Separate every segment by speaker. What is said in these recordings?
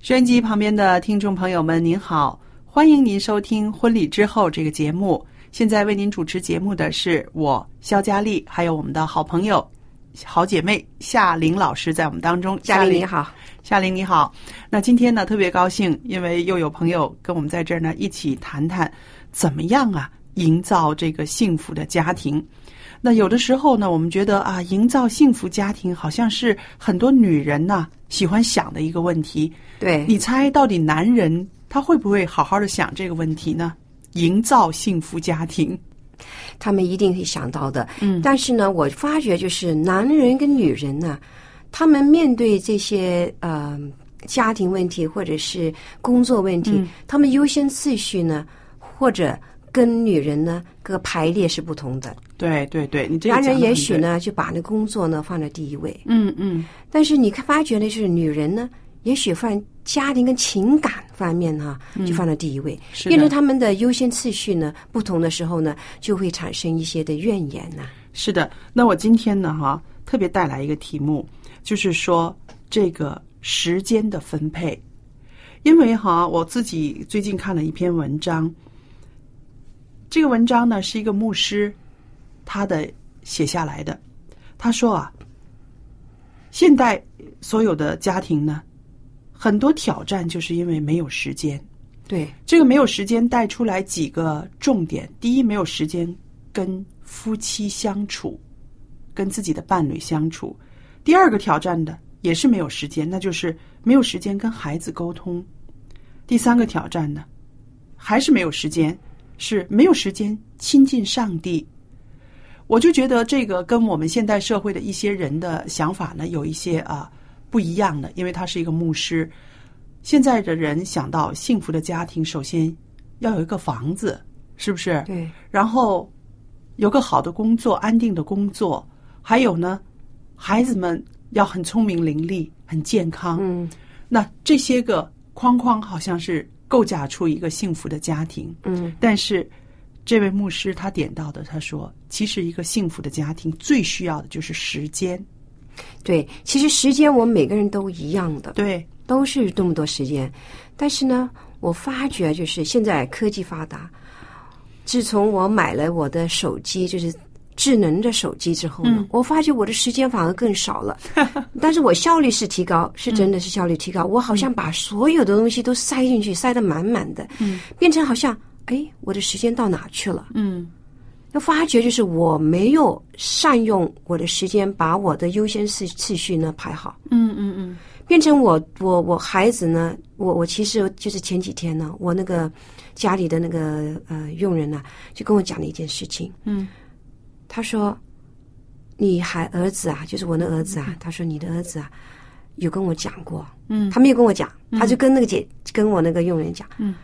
Speaker 1: 收音机旁边的听众朋友们，您好，欢迎您收听《婚礼之后》这个节目。现在为您主持节目的是我肖佳丽，还有我们的好朋友、好姐妹夏玲老师在我们当中。
Speaker 2: 嘉玲你，好，
Speaker 1: 夏玲你好。那今天呢，特别高兴，因为又有朋友跟我们在这儿呢一起谈谈，怎么样啊，营造这个幸福的家庭。那有的时候呢，我们觉得啊，营造幸福家庭好像是很多女人呐喜欢想的一个问题。
Speaker 2: 对，
Speaker 1: 你猜到底男人他会不会好好的想这个问题呢？营造幸福家庭，
Speaker 2: 他们一定会想到的。嗯，但是呢，我发觉就是男人跟女人呢、他们面对这些呃家庭问题或者是工作问
Speaker 1: 嗯
Speaker 2: 题，他们优先次序呢，或者跟女人呢个排列是不同的。
Speaker 1: 对对对，你这个
Speaker 2: 男人
Speaker 1: 讲得
Speaker 2: 也
Speaker 1: 很
Speaker 2: 许
Speaker 1: 对，
Speaker 2: 呢就把那工作呢放在第一位，
Speaker 1: 嗯嗯，
Speaker 2: 但是你看发觉呢，就是女人呢，也许放家庭跟情感方面哈、
Speaker 1: 嗯
Speaker 2: 就放在第一位。
Speaker 1: 是
Speaker 2: 变成
Speaker 1: 的，
Speaker 2: 他们的优先次序呢不同的时候呢，就会产生一些的怨言呐、
Speaker 1: 是的。那我今天呢，哈，特别带来一个题目，就是说这个时间的分配，因为哈，我自己最近看了一篇文章，这个文章呢是一个牧师他的写下来的，他说啊，现代所有的家庭呢，很多挑战就是因为没有时间。
Speaker 2: 对
Speaker 1: 这个没有时间带出来几个重点：第一，没有时间跟夫妻相处，跟自己的伴侣相处；第二个挑战的也是没有时间，那就是没有时间跟孩子沟通；第三个挑战呢，还是没有时间，是没有时间亲近上帝。我就觉得这个跟我们现代社会的一些人的想法呢有一些啊不一样的，因为他是一个牧师，现在的人想到幸福的家庭，首先要有一个房子，是不是？
Speaker 2: 对
Speaker 1: 然后有个好的工作，安定的工作，还有呢，孩子们要很聪明伶俐，很健康。
Speaker 2: 嗯，
Speaker 1: 那这些个框框好像是构架出一个幸福的家庭。
Speaker 2: 嗯，
Speaker 1: 但是这位牧师他点到的，他说，其实一个幸福的家庭最需要的就是时间。
Speaker 2: 对，其实时间我们每个人都一样的，
Speaker 1: 对，
Speaker 2: 都是这么多时间，但是呢，我发觉就是现在科技发达，自从我买了我的手机，就是。智能的手机之后呢，我发觉我的时间反而更少了，但是我效率是提高，是真的是效率提高。我好像把所有的东西都塞进去，塞得满满的，变成好像哎，我的时间到哪去了？
Speaker 1: 嗯，
Speaker 2: 那发觉就是我没有善用我的时间，把我的优先次次序呢排好，
Speaker 1: 嗯嗯嗯，
Speaker 2: 变成我我我孩子呢，我我其实就是前几天呢，我那个家里的那个呃佣人呢、就跟我讲了一件事情，
Speaker 1: 嗯，
Speaker 2: 他说你孩儿子啊，就是我那儿子啊，他说你的儿子啊有跟我讲过，嗯，他没有跟我讲，他就跟那个姐、跟我那个佣人讲，嗯，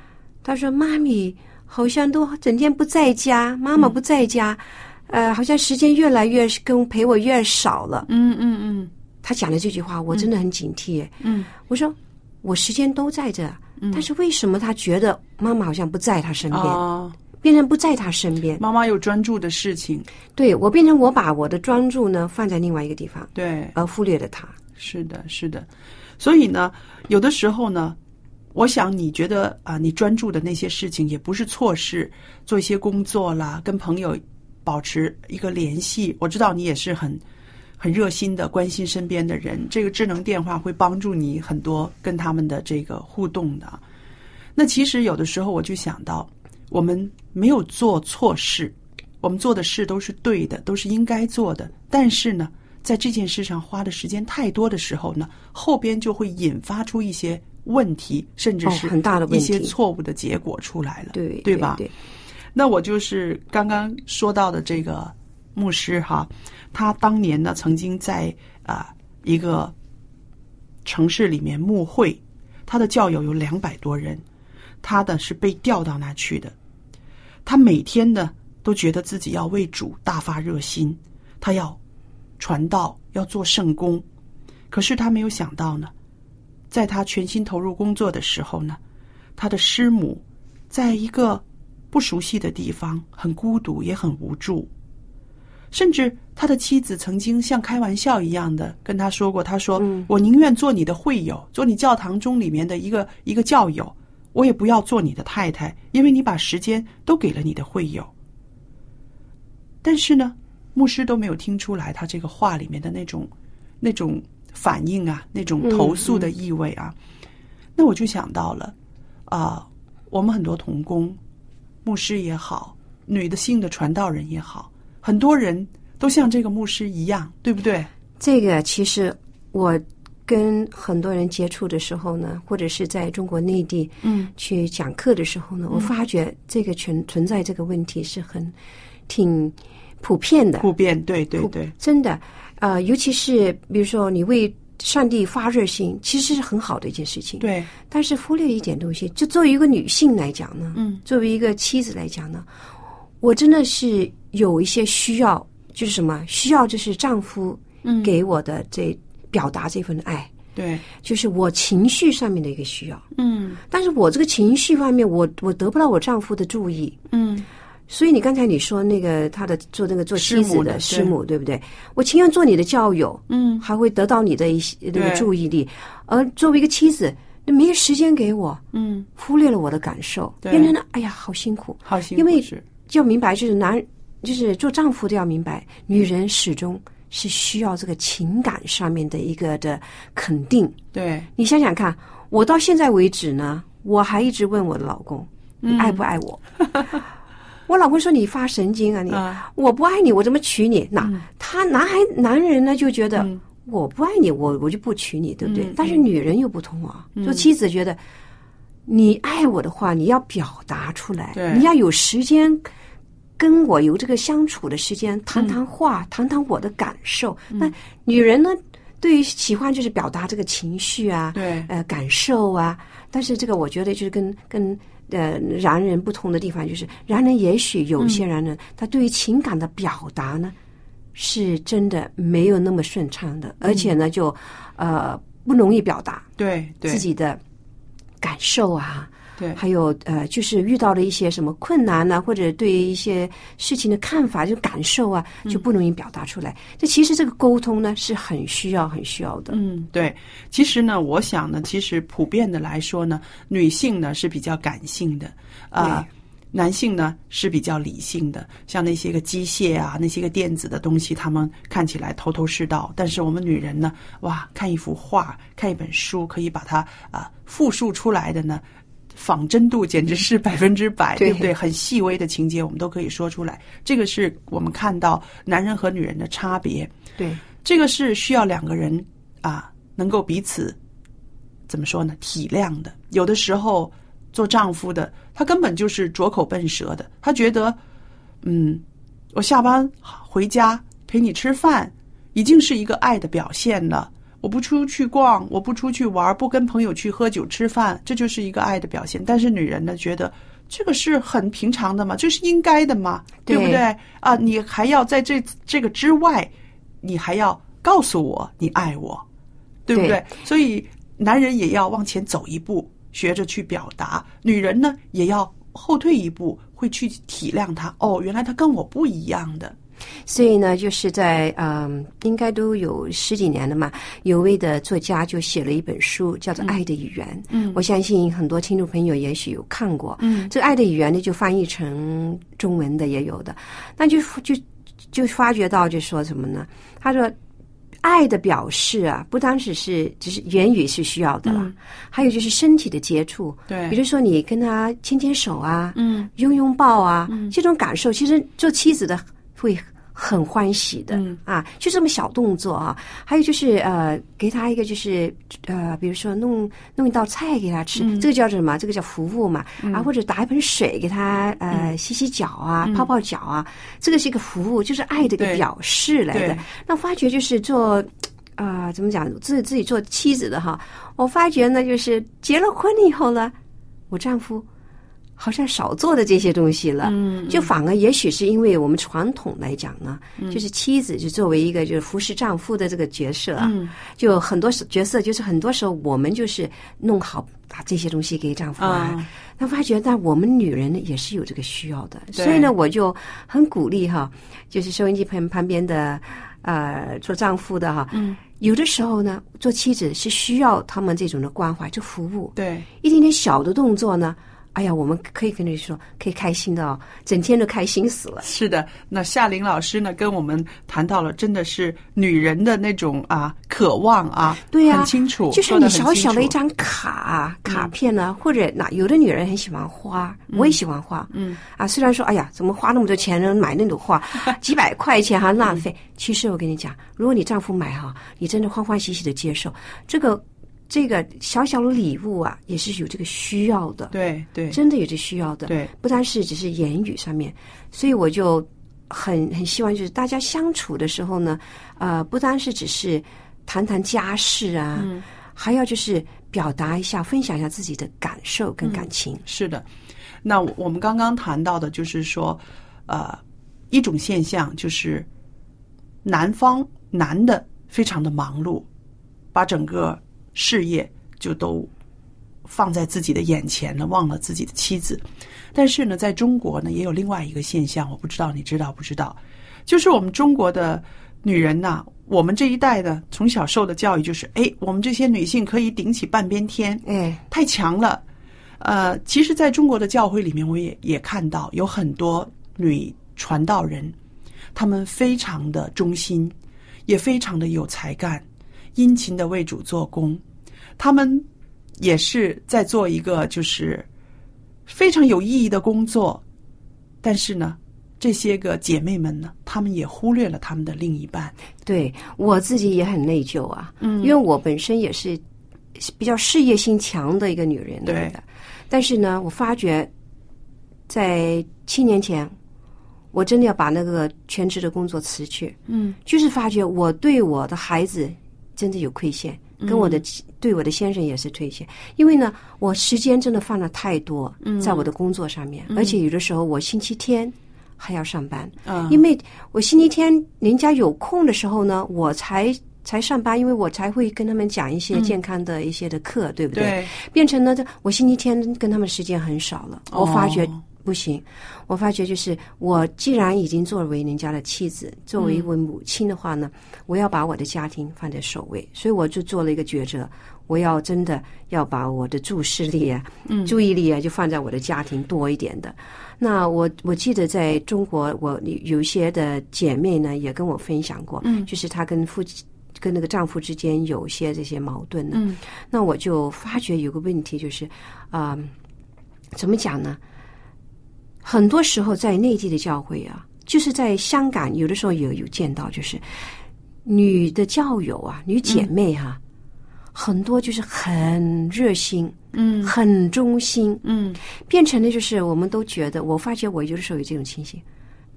Speaker 2: 他说妈咪好像都整天不在家，妈妈不在家，呃，好像时间越来越跟陪我越少了，
Speaker 1: 嗯嗯嗯，
Speaker 2: 他讲了这句话，我真的很警惕。嗯，我说我时间都在这，但是为什么他觉得妈妈好像不在他身边，
Speaker 1: 啊，
Speaker 2: 变成不在他身边？
Speaker 1: 妈妈有专注的事情，
Speaker 2: 对我变成我把我的专注呢放在另外一个地方，
Speaker 1: 对，
Speaker 2: 而忽略了他。
Speaker 1: 是的，是的。所以呢，有的时候呢，我想你觉得啊，你专注的那些事情也不是错事，做一些工作啦，跟朋友保持一个联系。我知道你也是很很热心的关心身边的人，这个智能电话会帮助你很多跟他们的这个互动的。那其实有的时候我就想到，我们没有做错事，我们做的事都是对的，都是应该做的。但是呢，在这件事上花的时间太多的时候呢，后边就会引发出一些问题，甚至
Speaker 2: 哦
Speaker 1: 是
Speaker 2: 很大的问
Speaker 1: 一些
Speaker 2: 题
Speaker 1: 错误的结果出来了，
Speaker 2: 对
Speaker 1: 对吧？
Speaker 2: 对，
Speaker 1: 那我就是刚刚说到的这个牧师哈，他当年呢曾经在啊、一个城市里面牧会，他的教友有两百多人，他的是被调到那去的。他每天呢都觉得自己要为主大发热心，他要传道，要做圣工。可是他没有想到呢，在他全心投入工作的时候呢，他的师母在一个不熟悉的地方，很孤独，也很无助。甚至他的妻子曾经像开玩笑一样的跟他说过：“他说、我宁愿做你的会友，做你教堂中里面的一个一个教友，我也不要做你的太太，因为你把时间都给了你的会友。”但是呢，牧师都没有听出来他这个话里面的那种那种反应啊，那种投诉的意味啊。那我就想到了啊、我们很多童工，牧师也好，女的性的传道人也好，很多人都像这个牧师一样，对不对？
Speaker 2: 这个其实我跟很多人接触的时候呢，或者是在中国内地，嗯，去讲课的时候呢，我发觉这个存存在这个问题是很挺普遍的，
Speaker 1: 普遍，对对
Speaker 2: 普
Speaker 1: 对，
Speaker 2: 真的，呃，尤其是比如说你为上帝发热心，其实是很好的一件事情，。
Speaker 1: 对
Speaker 2: 但是忽略一点东西，就作为一个女性来讲呢，
Speaker 1: 嗯，
Speaker 2: 作为一个妻子来讲呢，我真的是有一些需要，就是什么需要，就是丈夫
Speaker 1: 嗯
Speaker 2: 给我的这、表达这份爱，
Speaker 1: 对，
Speaker 2: 就是我情绪上面的一个需要。
Speaker 1: 嗯
Speaker 2: 但是我这个情绪方面，我我得不到我丈夫的注意，
Speaker 1: 嗯，
Speaker 2: 所以你刚才你说那个他的做那个做妻
Speaker 1: 师
Speaker 2: 子
Speaker 1: 母的
Speaker 2: 的师母，对不对？我情愿做你的教友，嗯，还会得到你的一些那个
Speaker 1: 对
Speaker 2: 注意力，而作为一个妻子，那没有时间给我，
Speaker 1: 嗯，
Speaker 2: 忽略了我的感受，
Speaker 1: 对
Speaker 2: 变成了哎呀，好辛苦。
Speaker 1: 好辛苦，
Speaker 2: 因为
Speaker 1: 是
Speaker 2: 要明白，就是男，就是做丈夫都要明白，
Speaker 1: 嗯
Speaker 2: 女人始终是需要这个情感上面的一个的肯定。
Speaker 1: 对
Speaker 2: 你想想看，我到现在为止呢，我还一直问我的老公，
Speaker 1: 嗯
Speaker 2: 你爱不爱我？ 我老公说你发神经啊你！
Speaker 1: 啊嗯
Speaker 2: 我不爱你，我怎么娶你？那、他男孩男人呢就觉得、我不爱你，我我就不娶你，对不对？
Speaker 1: 嗯
Speaker 2: 但是女人又不同啊，就妻子觉得你爱我的话，你要表达出来
Speaker 1: 对，
Speaker 2: 你要有时间。跟我有这个相处的时间，
Speaker 1: 嗯
Speaker 2: 谈谈话，谈谈我的感受。那女人呢，对于喜欢就是表达这个情绪啊，
Speaker 1: 对
Speaker 2: 呃感受啊。但是这个我觉得就是跟跟呃男人不同的地方，就是男人也许有一些男
Speaker 1: 嗯
Speaker 2: 人、他对于情感的表达呢，是真的没有那么顺畅
Speaker 1: 嗯
Speaker 2: 的，而且呢就呃不容易表达
Speaker 1: 对对
Speaker 2: 自己的感受啊。
Speaker 1: 对
Speaker 2: 还有呃，就是遇到了一些什么困难啊呢、或者对一些事情的看法、就感受啊，
Speaker 1: 嗯
Speaker 2: 就不容易表达出来。这其实这个沟通呢，是很需要、很需要的。
Speaker 1: 嗯，对，其实呢，我想呢，其实普遍的来说呢，女性呢是比较感性的，啊、
Speaker 2: 呃
Speaker 1: 男性呢是比较理性的。像那些个机械啊，那些个电子的东西，他们看起来头头是道，但是我们女人呢，哇，看一幅画，看一本书，可以把它啊、复述出来的呢。仿真度简直是 百分之百，对
Speaker 2: 对
Speaker 1: 不对？很细微的情节，我们都可以说出来。这个是我们看到男人和女人的差别。
Speaker 2: 对，
Speaker 1: 这个是需要两个人啊，能够彼此怎么说呢？体谅的。有的时候做丈夫的，他根本就是拙口笨舌的，他觉得，嗯，我下班回家陪你吃饭，已经是一个爱的表现了。我不出去逛，我不出去玩，不跟朋友去喝酒吃饭，这就是一个爱的表现。但是女人呢，觉得这个是很平常的嘛，这是应该的嘛，对
Speaker 2: 对
Speaker 1: 不对？啊，你还要在这这个之外，你还要告诉我你爱我，对不对？
Speaker 2: 对
Speaker 1: 所以男人也要往前走一步，学着去表达；女人呢，也要后退一步，会去体谅他。哦，原来他跟我不一样的。
Speaker 2: 所以呢，就是在嗯、应该都有十几年了嘛。有位的作家就写了一本书，叫做《爱的语言》。嗯，我相信很多听众朋友也许有看过。嗯，这《爱的语言》呢，就翻译成中文的也有的。那就就就发觉到，就说什么呢？他说，爱的表示啊，不单只是只是言语是需要的啦，还有就是身体的接触。
Speaker 1: 对
Speaker 2: 比如说你跟他牵牵手啊，
Speaker 1: 嗯，
Speaker 2: 拥拥抱啊，这种感受，其实做妻子的会很欢喜的、
Speaker 1: 嗯
Speaker 2: 啊，就这么小动作啊。还有就是呃，给他一个就是呃，比如说弄弄一道菜给他吃，
Speaker 1: 嗯
Speaker 2: 这个叫什么？这个叫服务嘛、啊，或者打一盆水给他
Speaker 1: 嗯
Speaker 2: 呃洗洗脚啊、泡泡脚啊，这个是一个服务，就是爱的一个
Speaker 1: 对
Speaker 2: 表示来的
Speaker 1: 对。
Speaker 2: 那发觉就是做。啊、怎么讲？自自己做妻子的哈，我发觉呢，就是结了婚以后呢，我丈夫好像少做的这些东西了。嗯，就反而也许是因为我们传统来讲呢，就是妻子就作为一个就是服侍丈夫的这个角色啊，
Speaker 1: 嗯
Speaker 2: 就很多时角色就是很多时候我们就是弄好把这些东西给丈夫啊
Speaker 1: 啊，
Speaker 2: 那发觉但我们女人呢也是有这个需要的，
Speaker 1: 对
Speaker 2: 所以呢我就很鼓励哈，就是收音机旁旁边的呃做丈夫的哈，嗯。有的时候呢，做妻子是需要他们这种的关怀，就服务。
Speaker 1: 对，
Speaker 2: 一点点小的动作呢，哎呀，我们可以跟你说，可以开心的哦，整天都开心死了。
Speaker 1: 是的。那夏琳老师呢，跟我们谈到了，真的是女人的那种啊渴望啊，
Speaker 2: 对呀、
Speaker 1: 很清楚，
Speaker 2: 就是
Speaker 1: 说得
Speaker 2: 你
Speaker 1: 很
Speaker 2: 小
Speaker 1: 清
Speaker 2: 小的一
Speaker 1: 楚嗯
Speaker 2: 张卡啊、卡片呢、或者那有的女人很喜欢花，我也喜欢花，嗯啊，虽然说哎呀，怎么花那么多钱呢？买那朵 花，几百块钱还浪费。其实我跟你讲，如果你丈夫买哈、你真的欢欢喜喜的接受这个这个小小的礼物啊，也是有这个需要的，
Speaker 1: 对对
Speaker 2: 真的有这需要的，
Speaker 1: 对，
Speaker 2: 不单是只是言语上面，所以我就很很希望就是大家相处的时候呢，呃，不单是只是谈谈家事啊，
Speaker 1: 嗯
Speaker 2: 还要就是表达一下、分享一下自己的感受
Speaker 1: 嗯
Speaker 2: 跟感情。
Speaker 1: 是的。那我我们刚刚谈到的就是说，呃，一种现象就是男方男的非常的忙碌，把整个事业就都放在自己的眼前了，忘了自己的妻子。但是呢，在中国呢，也有另外一个现象，我不知道你知道不知道，就是我们中国的女人呐、我们这一代的从小受的教育就是，哎，我们这些女性可以顶起半边天，
Speaker 2: 哎，
Speaker 1: 太强了。呃，其实在中国的教会里面，我也也看到有很多女传道人，她们非常的忠心，也非常的有才干，殷勤的为主做工。她们也是在做一个就是非常有意义的工作，但是呢，这些个姐妹们呢，她们也忽略了她们的另一半。
Speaker 2: 对我自己也很内疚啊，嗯，因为我本身也是比较事业心强的一个女人来的，但是呢，我发觉在七年前，我真的要把那个全职的工作辞去，
Speaker 1: 嗯，
Speaker 2: 就是发觉我对我的孩子真的有亏欠，跟我的、对我的先生也是亏欠，因为呢，我时间真的放了太多在我的工作上面，而且有的时候我星期天还要上班，
Speaker 1: 啊
Speaker 2: 因为我星期天人家有空的时候呢，我才才上班，因为我才会跟他们讲一些健康的一些的课，对不
Speaker 1: 嗯
Speaker 2: 对？
Speaker 1: 对
Speaker 2: 变成了这我星期天跟他们时间很少了，
Speaker 1: 哦
Speaker 2: 我发觉。不行，我发觉就是我既然已经作为人家的妻子，作为一
Speaker 1: 嗯
Speaker 2: 位母亲的话呢，我要把我的家庭放在首位，所以我就做了一个抉择，我要真的要把我的注视力啊、
Speaker 1: 嗯
Speaker 2: 注意力啊，就放在我的家庭多一点的。那我我记得在中国，我有一些的姐妹呢也跟我分享过，就是她跟夫妻跟那个丈夫之间有一些这些矛盾呢。那我就发觉有个问题就是，啊、怎么讲呢？很多时候在内地的教会啊，就是在香港，有的时候有有见到，就是女的教友啊，女姐妹哈、很多就是很热心，嗯，很忠心，
Speaker 1: 嗯，
Speaker 2: 变成的就是我们都觉得，我发觉我有的时候有这种情形，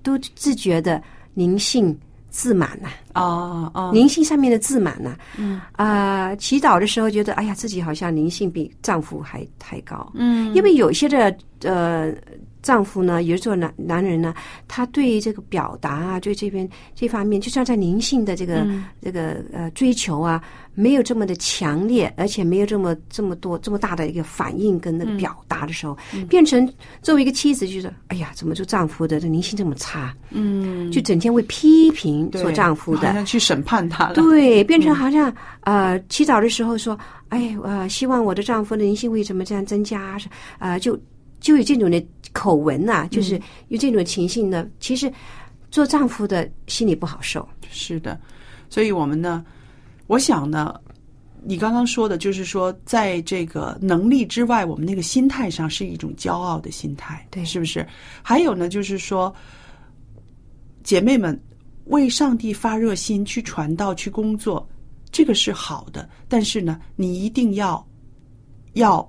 Speaker 2: 都自觉的灵性自满呐、
Speaker 1: 啊啊啊，
Speaker 2: 灵性上面的自满呐、嗯啊、祈祷的时候觉得，哎呀，自己好像灵性比丈夫还还高，
Speaker 1: 嗯，
Speaker 2: 因为有些的呃丈夫呢，也是做男男人呢，他对这个表达啊，对这边这方面，就像在灵性的这个、这个呃追求啊，没有这么的强烈，而且没有这么这么多这么大的一个反应跟那个表达的时候，变成作为一个妻子，就是哎呀，怎么就丈夫的这灵性这么差？嗯，就整天会批评
Speaker 1: 对
Speaker 2: 做丈夫
Speaker 1: 好
Speaker 2: 的，
Speaker 1: 像去审判他了，
Speaker 2: 对，变
Speaker 1: 嗯
Speaker 2: 成好像、呃，祈祷的时候说，哎，呃，希望我的丈夫的灵性会怎么这样增加啊，是呃，就就有这种的口吻呐、
Speaker 1: 嗯
Speaker 2: 就是有这种情形呢。其实做丈夫的心里不好受，
Speaker 1: 是的，所以我们呢，我想呢，你刚刚说的就是说，在这个能力之外，我们那个心态上是一种骄傲的心态，
Speaker 2: 对
Speaker 1: 是不是？还有呢，就是说，姐妹们为上帝发热心去传道去工作，这个是好的，但是呢，你一定要要。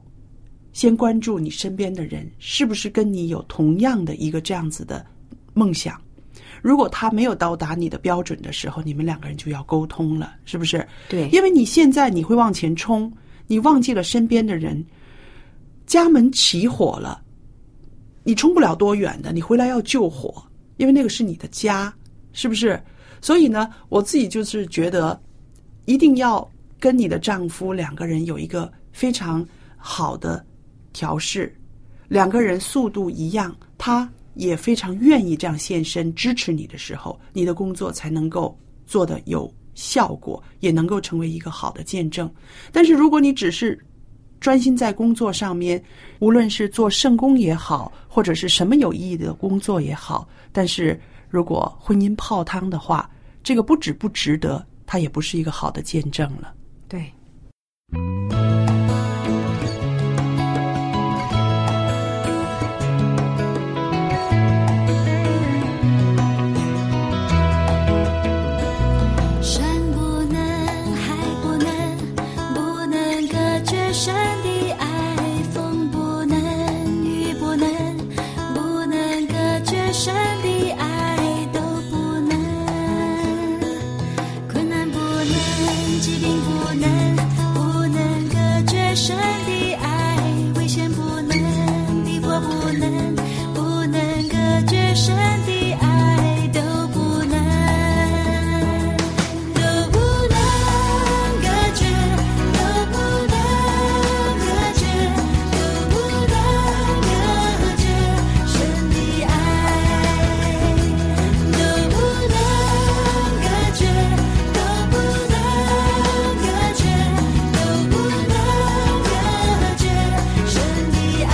Speaker 1: 先关注你身边的人是不是跟你有同样的一个这样子的梦想，如果他没有到达你的标准的时候，你们两个人就要沟通了，是不是？
Speaker 2: 对
Speaker 1: 因为你现在你会往前冲，你忘记了身边的人，家门起火了，你冲不了多远的，你回来要救火，因为那个是你的家，是不是？所以呢，我自己就是觉得，一定要跟你的丈夫两个人有一个非常好的调试，两个人速度一样，他也非常愿意这样献身支持你的时候，你的工作才能够做得有效果，也能够成为一个好的见证。但是如果你只是专心在工作上面，无论是做圣工也好，或者是什么有意义的工作也好，但是如果婚姻泡汤的话，这个不止不值得，它也不是一个好的见证了。
Speaker 2: 对。
Speaker 3: 山不能，海不能，不能隔绝神的爱；风不能，雨不能，不能隔绝神的爱，都不能。困难不能，疾病不能，不能隔绝神的爱；危险不能，逼迫不能，不能隔绝神的爱，都不能。都不能隔绝，都不能隔绝，都不能隔绝神的爱，都不能隔绝，都不能隔绝，都不能隔绝神的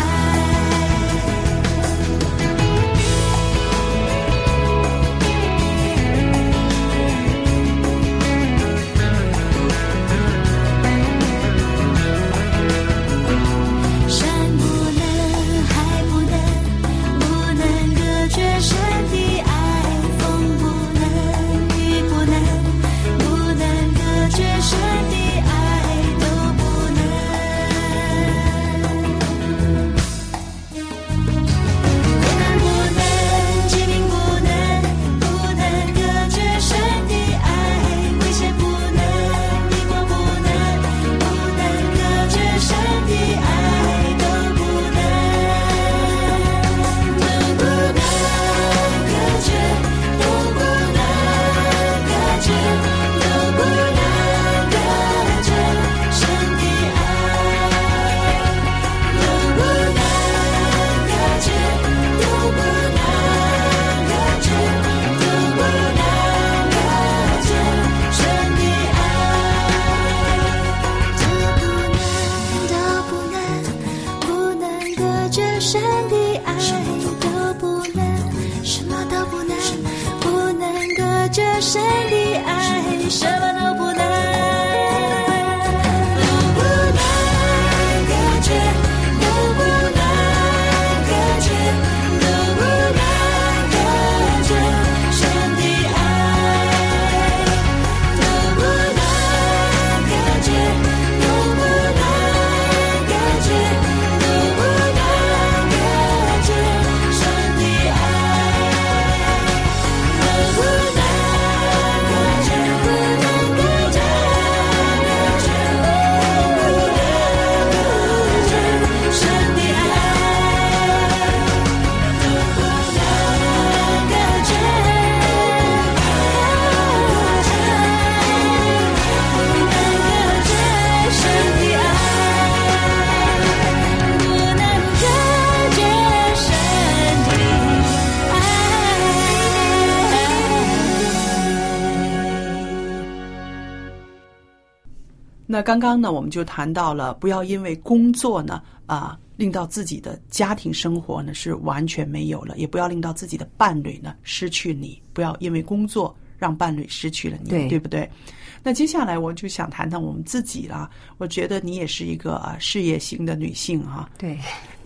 Speaker 3: 爱。山不能，海不能，不能隔绝神的爱；风不能，雨不能，不能隔绝神的爱，都不能。困难不能，疾病不能，不能隔绝神的爱；危险不能，迷惑不能，不能隔绝神的爱，都不能，都不能隔绝，都不能隔绝，都不能隔绝神的爱。都不能隔绝，都不能隔绝，都不能隔绝神的爱。都不能，都不能，不能隔绝神的爱。都不能，什么都不能，不能隔绝神的爱，什么都不能。都不能隔绝，都不能隔绝，都不能隔绝神的爱，都不能隔绝，都不能隔绝，都不能隔绝神的爱，都不能隔
Speaker 1: 那刚刚呢，我们就谈到了不要因为工作呢啊、令到自己的家庭生活呢是完全没有了，也不要令到自己的伴侣呢失去你，不要因为工作让伴侣失去了你，
Speaker 2: 对
Speaker 1: 对不对？那接下来我就想谈谈我们自己了。我觉得你也是一个啊事业型的女性哈、
Speaker 2: 对，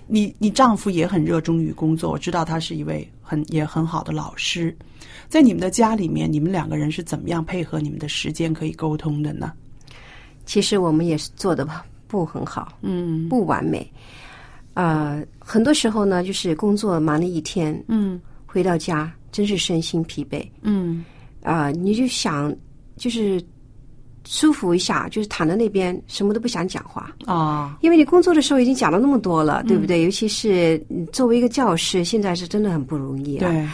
Speaker 1: 你你丈夫也很热衷于工作，我知道他是一位很也很好的老师。在你们的家里面，你们两个人是怎么样配合你们的时间可以沟通的呢？
Speaker 2: 其实我们也是做的不很好，
Speaker 1: 嗯
Speaker 2: 不完美。呃，很多时候呢，就是工作忙了一天，
Speaker 1: 嗯
Speaker 2: 回到家真是身心疲惫
Speaker 1: 嗯
Speaker 2: 啊、你就想就是舒服一下，就是躺在那边什么都不想讲话，
Speaker 1: 啊
Speaker 2: 因为你工作的时候已经讲了那么多
Speaker 1: 嗯
Speaker 2: 了，对不对？尤其是你作为一个教师，现在是真的很不容易、啊，
Speaker 1: 对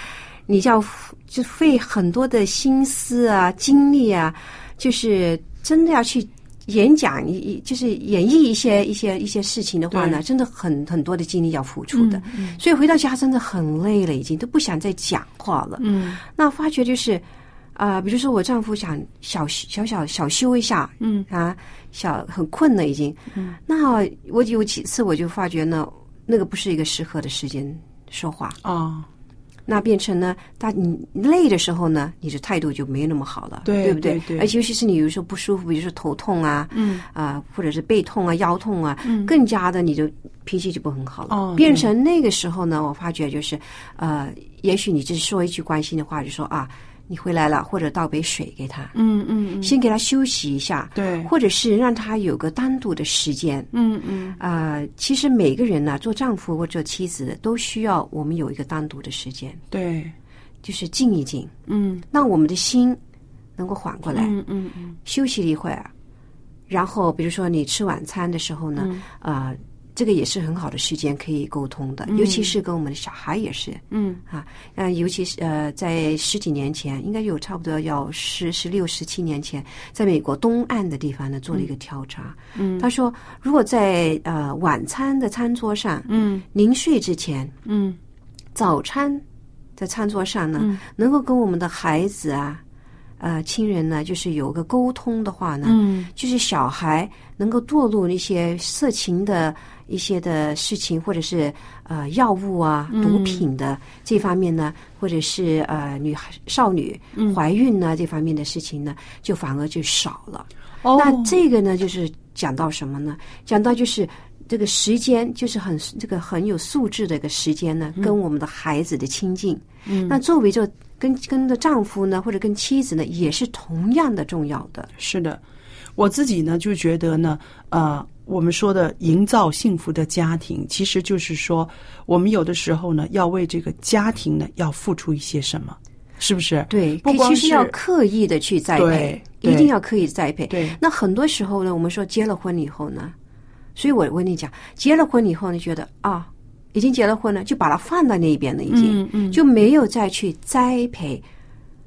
Speaker 2: 你要就费很多的心思啊、精力啊，就是真的要去演讲一一，就是演绎一些一些一些事情的话
Speaker 1: 对
Speaker 2: 呢，
Speaker 1: 嗯
Speaker 2: 真的很很多的精力要付出的。所以回到家真的很累了，已经都不想再讲话了。
Speaker 1: 嗯
Speaker 2: 那发觉就是。啊、比如说我丈夫想小小小小休一下，
Speaker 1: 嗯
Speaker 2: 啊，小很困了已经。嗯，那我有几次我就发觉呢，那个不是一个适合的时间说话。
Speaker 1: 啊
Speaker 2: 那变成呢，当你累的时候呢，你的态度就没那么好了，
Speaker 1: 对
Speaker 2: 不对？
Speaker 1: 对对
Speaker 2: 而且尤其是你有时候不舒服，比如说头痛啊，
Speaker 1: 嗯
Speaker 2: 啊、或者是背痛啊、腰痛啊，
Speaker 1: 嗯
Speaker 2: 更加的你就脾气就不很好了。
Speaker 1: 哦对
Speaker 2: 变成那个时候呢，我发觉就是，呃，也许你只是说一句关心的话，就说啊，你回来了，或者倒杯水给他，
Speaker 1: 嗯嗯嗯
Speaker 2: 先给他休息一下，
Speaker 1: 对
Speaker 2: 或者是让他有个单独的时间，
Speaker 1: 嗯嗯
Speaker 2: 啊、其实每个人呢、做丈夫或者做妻子都需要我们有一个单独的时间，
Speaker 1: 对
Speaker 2: 就是静一静，
Speaker 1: 嗯
Speaker 2: 让我们的心能够缓过来，
Speaker 1: 嗯嗯嗯
Speaker 2: 休息了一会儿。然后，比如说你吃晚餐的时候呢，
Speaker 1: 嗯
Speaker 2: 啊、这个也是很好的时间可以沟通的，尤其是跟我们的小孩也是
Speaker 1: 嗯
Speaker 2: 啊，呃，尤其是呃，在十几年前，应该有差不多要十、十六、十七年前，在美国东岸的地方呢做了一个调查，嗯，他说如果在呃晚餐的餐桌上，
Speaker 1: 嗯
Speaker 2: 临睡之前，
Speaker 1: 嗯
Speaker 2: 早餐在餐桌上呢，能够跟我们的孩子啊、呃亲人呢，就是有个沟通的话呢，
Speaker 1: 嗯
Speaker 2: 就是小孩能够堕入那些色情的一些的事情，或者是呃药物啊、毒品的这方面呢，或者是呃女孩少女怀孕呢、这方面的事情呢，就反而就少了。
Speaker 1: 哦
Speaker 2: 那这个呢，就是讲到什么呢？讲到就是这个时间，就是很这个很有素质的一个时间
Speaker 1: 嗯
Speaker 2: 呢，跟我们的孩子的亲近。嗯，那作为这跟跟着丈夫呢，或者跟妻子呢，也是同样的重要的。
Speaker 1: 是的，我自己呢就觉得呢，呃，我们说的营造幸福的家庭，其实就是说，我们有的时候呢要为这个家庭呢要付出一些什么，是不是？
Speaker 2: 对，
Speaker 1: 不
Speaker 2: 可
Speaker 1: 光
Speaker 2: 其
Speaker 1: 是
Speaker 2: 实要刻意的去栽培
Speaker 1: 对，对
Speaker 2: 一定要刻意栽培。
Speaker 1: 对
Speaker 2: 那很多时候呢，我们说结了婚以后呢，所以我我跟你讲，结了婚以后呢，觉得啊，已经结了婚了，就把它放在那一边了，已经，
Speaker 1: 嗯嗯
Speaker 2: 就没有再去栽培，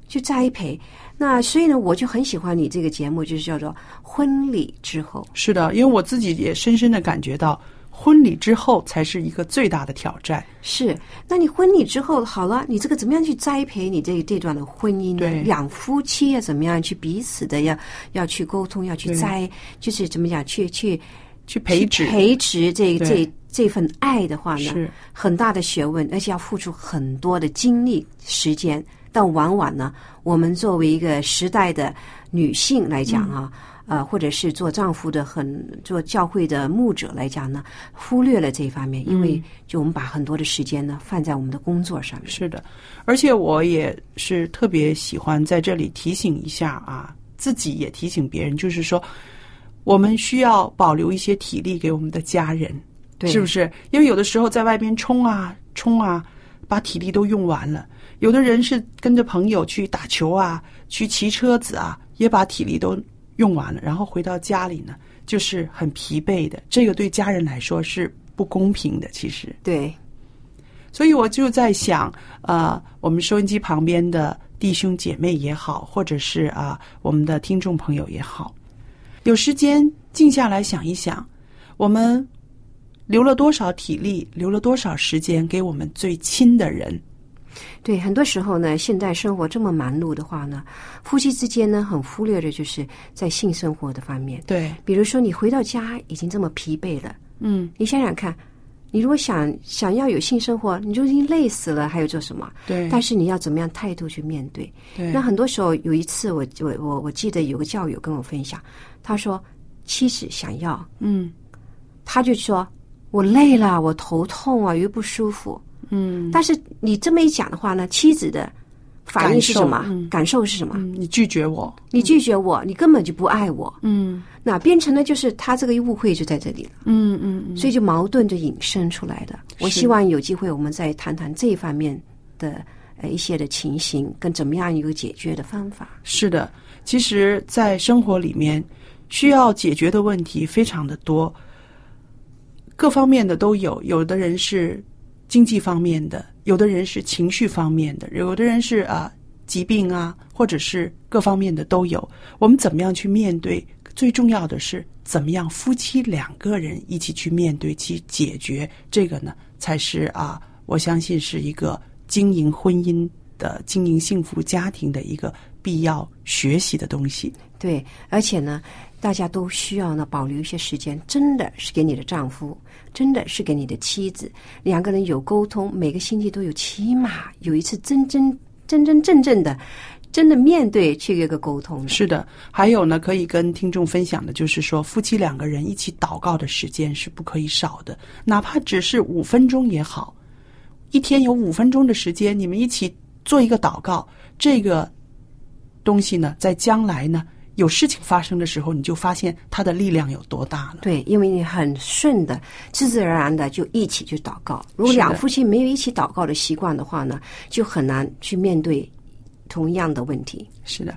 Speaker 2: 去栽培。那所以呢，我就很喜欢你这个节目，就是叫做《婚礼之后》。
Speaker 1: 是的，因为我自己也深深的感觉到，婚礼之后才是一个最大的挑战。
Speaker 2: 是，那你婚礼之后好了，你这个怎么样去栽培你这这段的婚姻呢
Speaker 1: 对？
Speaker 2: 两夫妻啊要怎么样去彼此的要要去沟通，要去
Speaker 1: 对
Speaker 2: 栽，就是怎么讲去去
Speaker 1: 去培
Speaker 2: 去
Speaker 1: 植，
Speaker 2: 培植这
Speaker 1: 对
Speaker 2: 这这份爱的话呢
Speaker 1: 是，
Speaker 2: 很大的学问，而且要付出很多的精力时间。但往往呢，我们作为一个时代的女性来讲
Speaker 1: 嗯
Speaker 2: 啊，呃，或者是做丈夫的很做教会的牧者来讲呢，忽略了这一方面，因为就我们把很多的时间呢放在我们的工作上面。
Speaker 1: 嗯是的，而且我也是特别喜欢在这里提醒一下啊，自己也提醒别人，就是说，我们需要保留一些体力给我们的家人，
Speaker 2: 对
Speaker 1: 是不是？因为有的时候在外边冲啊冲啊，把体力都用完了；有的人是跟着朋友去打球啊，去骑车子啊，也把体力都用完了，然后回到家里呢，就是很疲惫的。这个对家人来说是不公平的，其实。
Speaker 2: 对，
Speaker 1: 所以我就在想，呃，我们收音机旁边的弟兄姐妹也好，或者是啊、我们的听众朋友也好，有时间静下来想一想，我们留了多少体力，留了多少时间给我们最亲的人，
Speaker 2: 对，很多时候呢，现代生活这么忙碌的话呢，夫妻之间呢，很忽略的就是在性生活的方面。
Speaker 1: 对，
Speaker 2: 比如说，你回到家已经这么疲惫了，
Speaker 1: 嗯，
Speaker 2: 你想想看，你如果想想要有性生活，你就已经累死了，还有做什么？
Speaker 1: 对，
Speaker 2: 但是你要怎么样态度去面对？
Speaker 1: 对
Speaker 2: 那很多时候，有一次我我我我记得有个教友跟我分享，他说妻子想要，
Speaker 1: 嗯
Speaker 2: 他就说我累了，我头痛啊，又不舒服。
Speaker 1: 嗯
Speaker 2: 但是你这么一讲的话呢，妻子的反应是什么？
Speaker 1: 感
Speaker 2: 感
Speaker 1: 受
Speaker 2: 受,、
Speaker 1: 嗯
Speaker 2: 是什么？
Speaker 1: 嗯，你拒绝我，
Speaker 2: 你拒绝我，你根本就不爱我。
Speaker 1: 嗯
Speaker 2: 那变成了就是他这个误会就在这里了，
Speaker 1: 嗯嗯嗯，
Speaker 2: 所以就矛盾就引申出来的。我
Speaker 1: 是
Speaker 2: 希望有机会我们再谈谈这一方面的呃一些的情形，跟怎么样一个解决的方法。
Speaker 1: 是的，其实，在生活里面需要解决的问题非常的多，各方面的都有。有的人是经济方面的，有的人是情绪方面的，有的人是啊疾病啊，或者是各方面的都有。我们怎么样去面对？最重要的是，怎么样夫妻两个人一起去面对、去解决这个呢？才是啊，我相信是一个经营婚姻的、经营幸福家庭的一个必要学习的东西。
Speaker 2: 对，而且呢，大家都需要呢保留一些时间，真的是给你的丈夫，真的是给你的妻子，两个人有沟通，每个星期都有，起码有一次真真真真正正的，真的面对去一个沟通的。
Speaker 1: 是的，还有呢，可以跟听众分享的就是说，夫妻两个人一起祷告的时间是不可以少的，哪怕只是五分钟也好，一天有五分钟的时间，你们一起做一个祷告，这个东西呢，在将来呢，有事情发生的时候，你就发现它的力量有多大了。
Speaker 2: 对，因为你很顺的，自自然然的就一起去祷告。如果两夫妻没有一起祷告的习惯的话呢，就很难去面对同样的问题。
Speaker 1: 是的，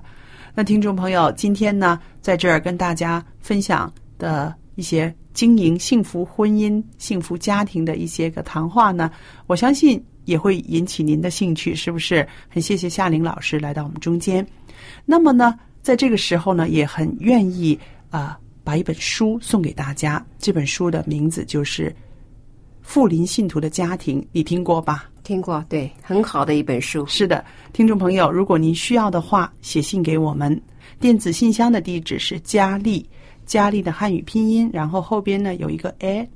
Speaker 1: 那听众朋友，今天呢，在这儿跟大家分享的一些经营幸福婚姻、幸福家庭的一些个谈话呢，我相信也会引起您的兴趣，是不是？很谢谢夏玲老师来到我们中间。那么呢，在这个时候呢，也很愿意啊、把一本书送给大家。这本书的名字就是《富林信徒的家庭》，你听过吧？
Speaker 2: 听过，对，很好的一本书。
Speaker 1: 是的，听众朋友，如果您需要的话，写信给我们。电子信箱的地址是佳丽，佳丽的汉语拼音，然后后边呢有一个 at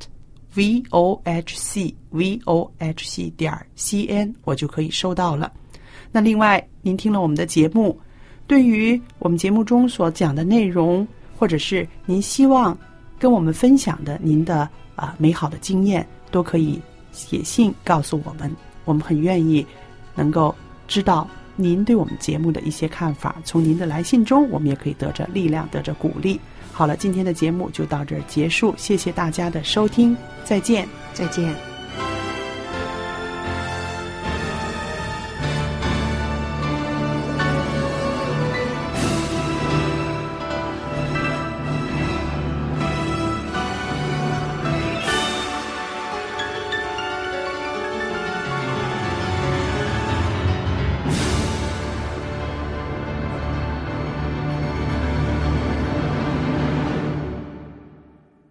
Speaker 1: v o h c v o h c 点 c n，我就可以收到了。那另外，您听了我们的节目，对于我们节目中所讲的内容，或者是您希望跟我们分享的您的啊、美好的经验，都可以写信告诉我们，我们很愿意能够知道您对我们节目的一些看法。从您的来信中，我们也可以得着力量，得着鼓励。好了，今天的节目就到这儿结束，谢谢大家的收听，再见。
Speaker 2: 再见。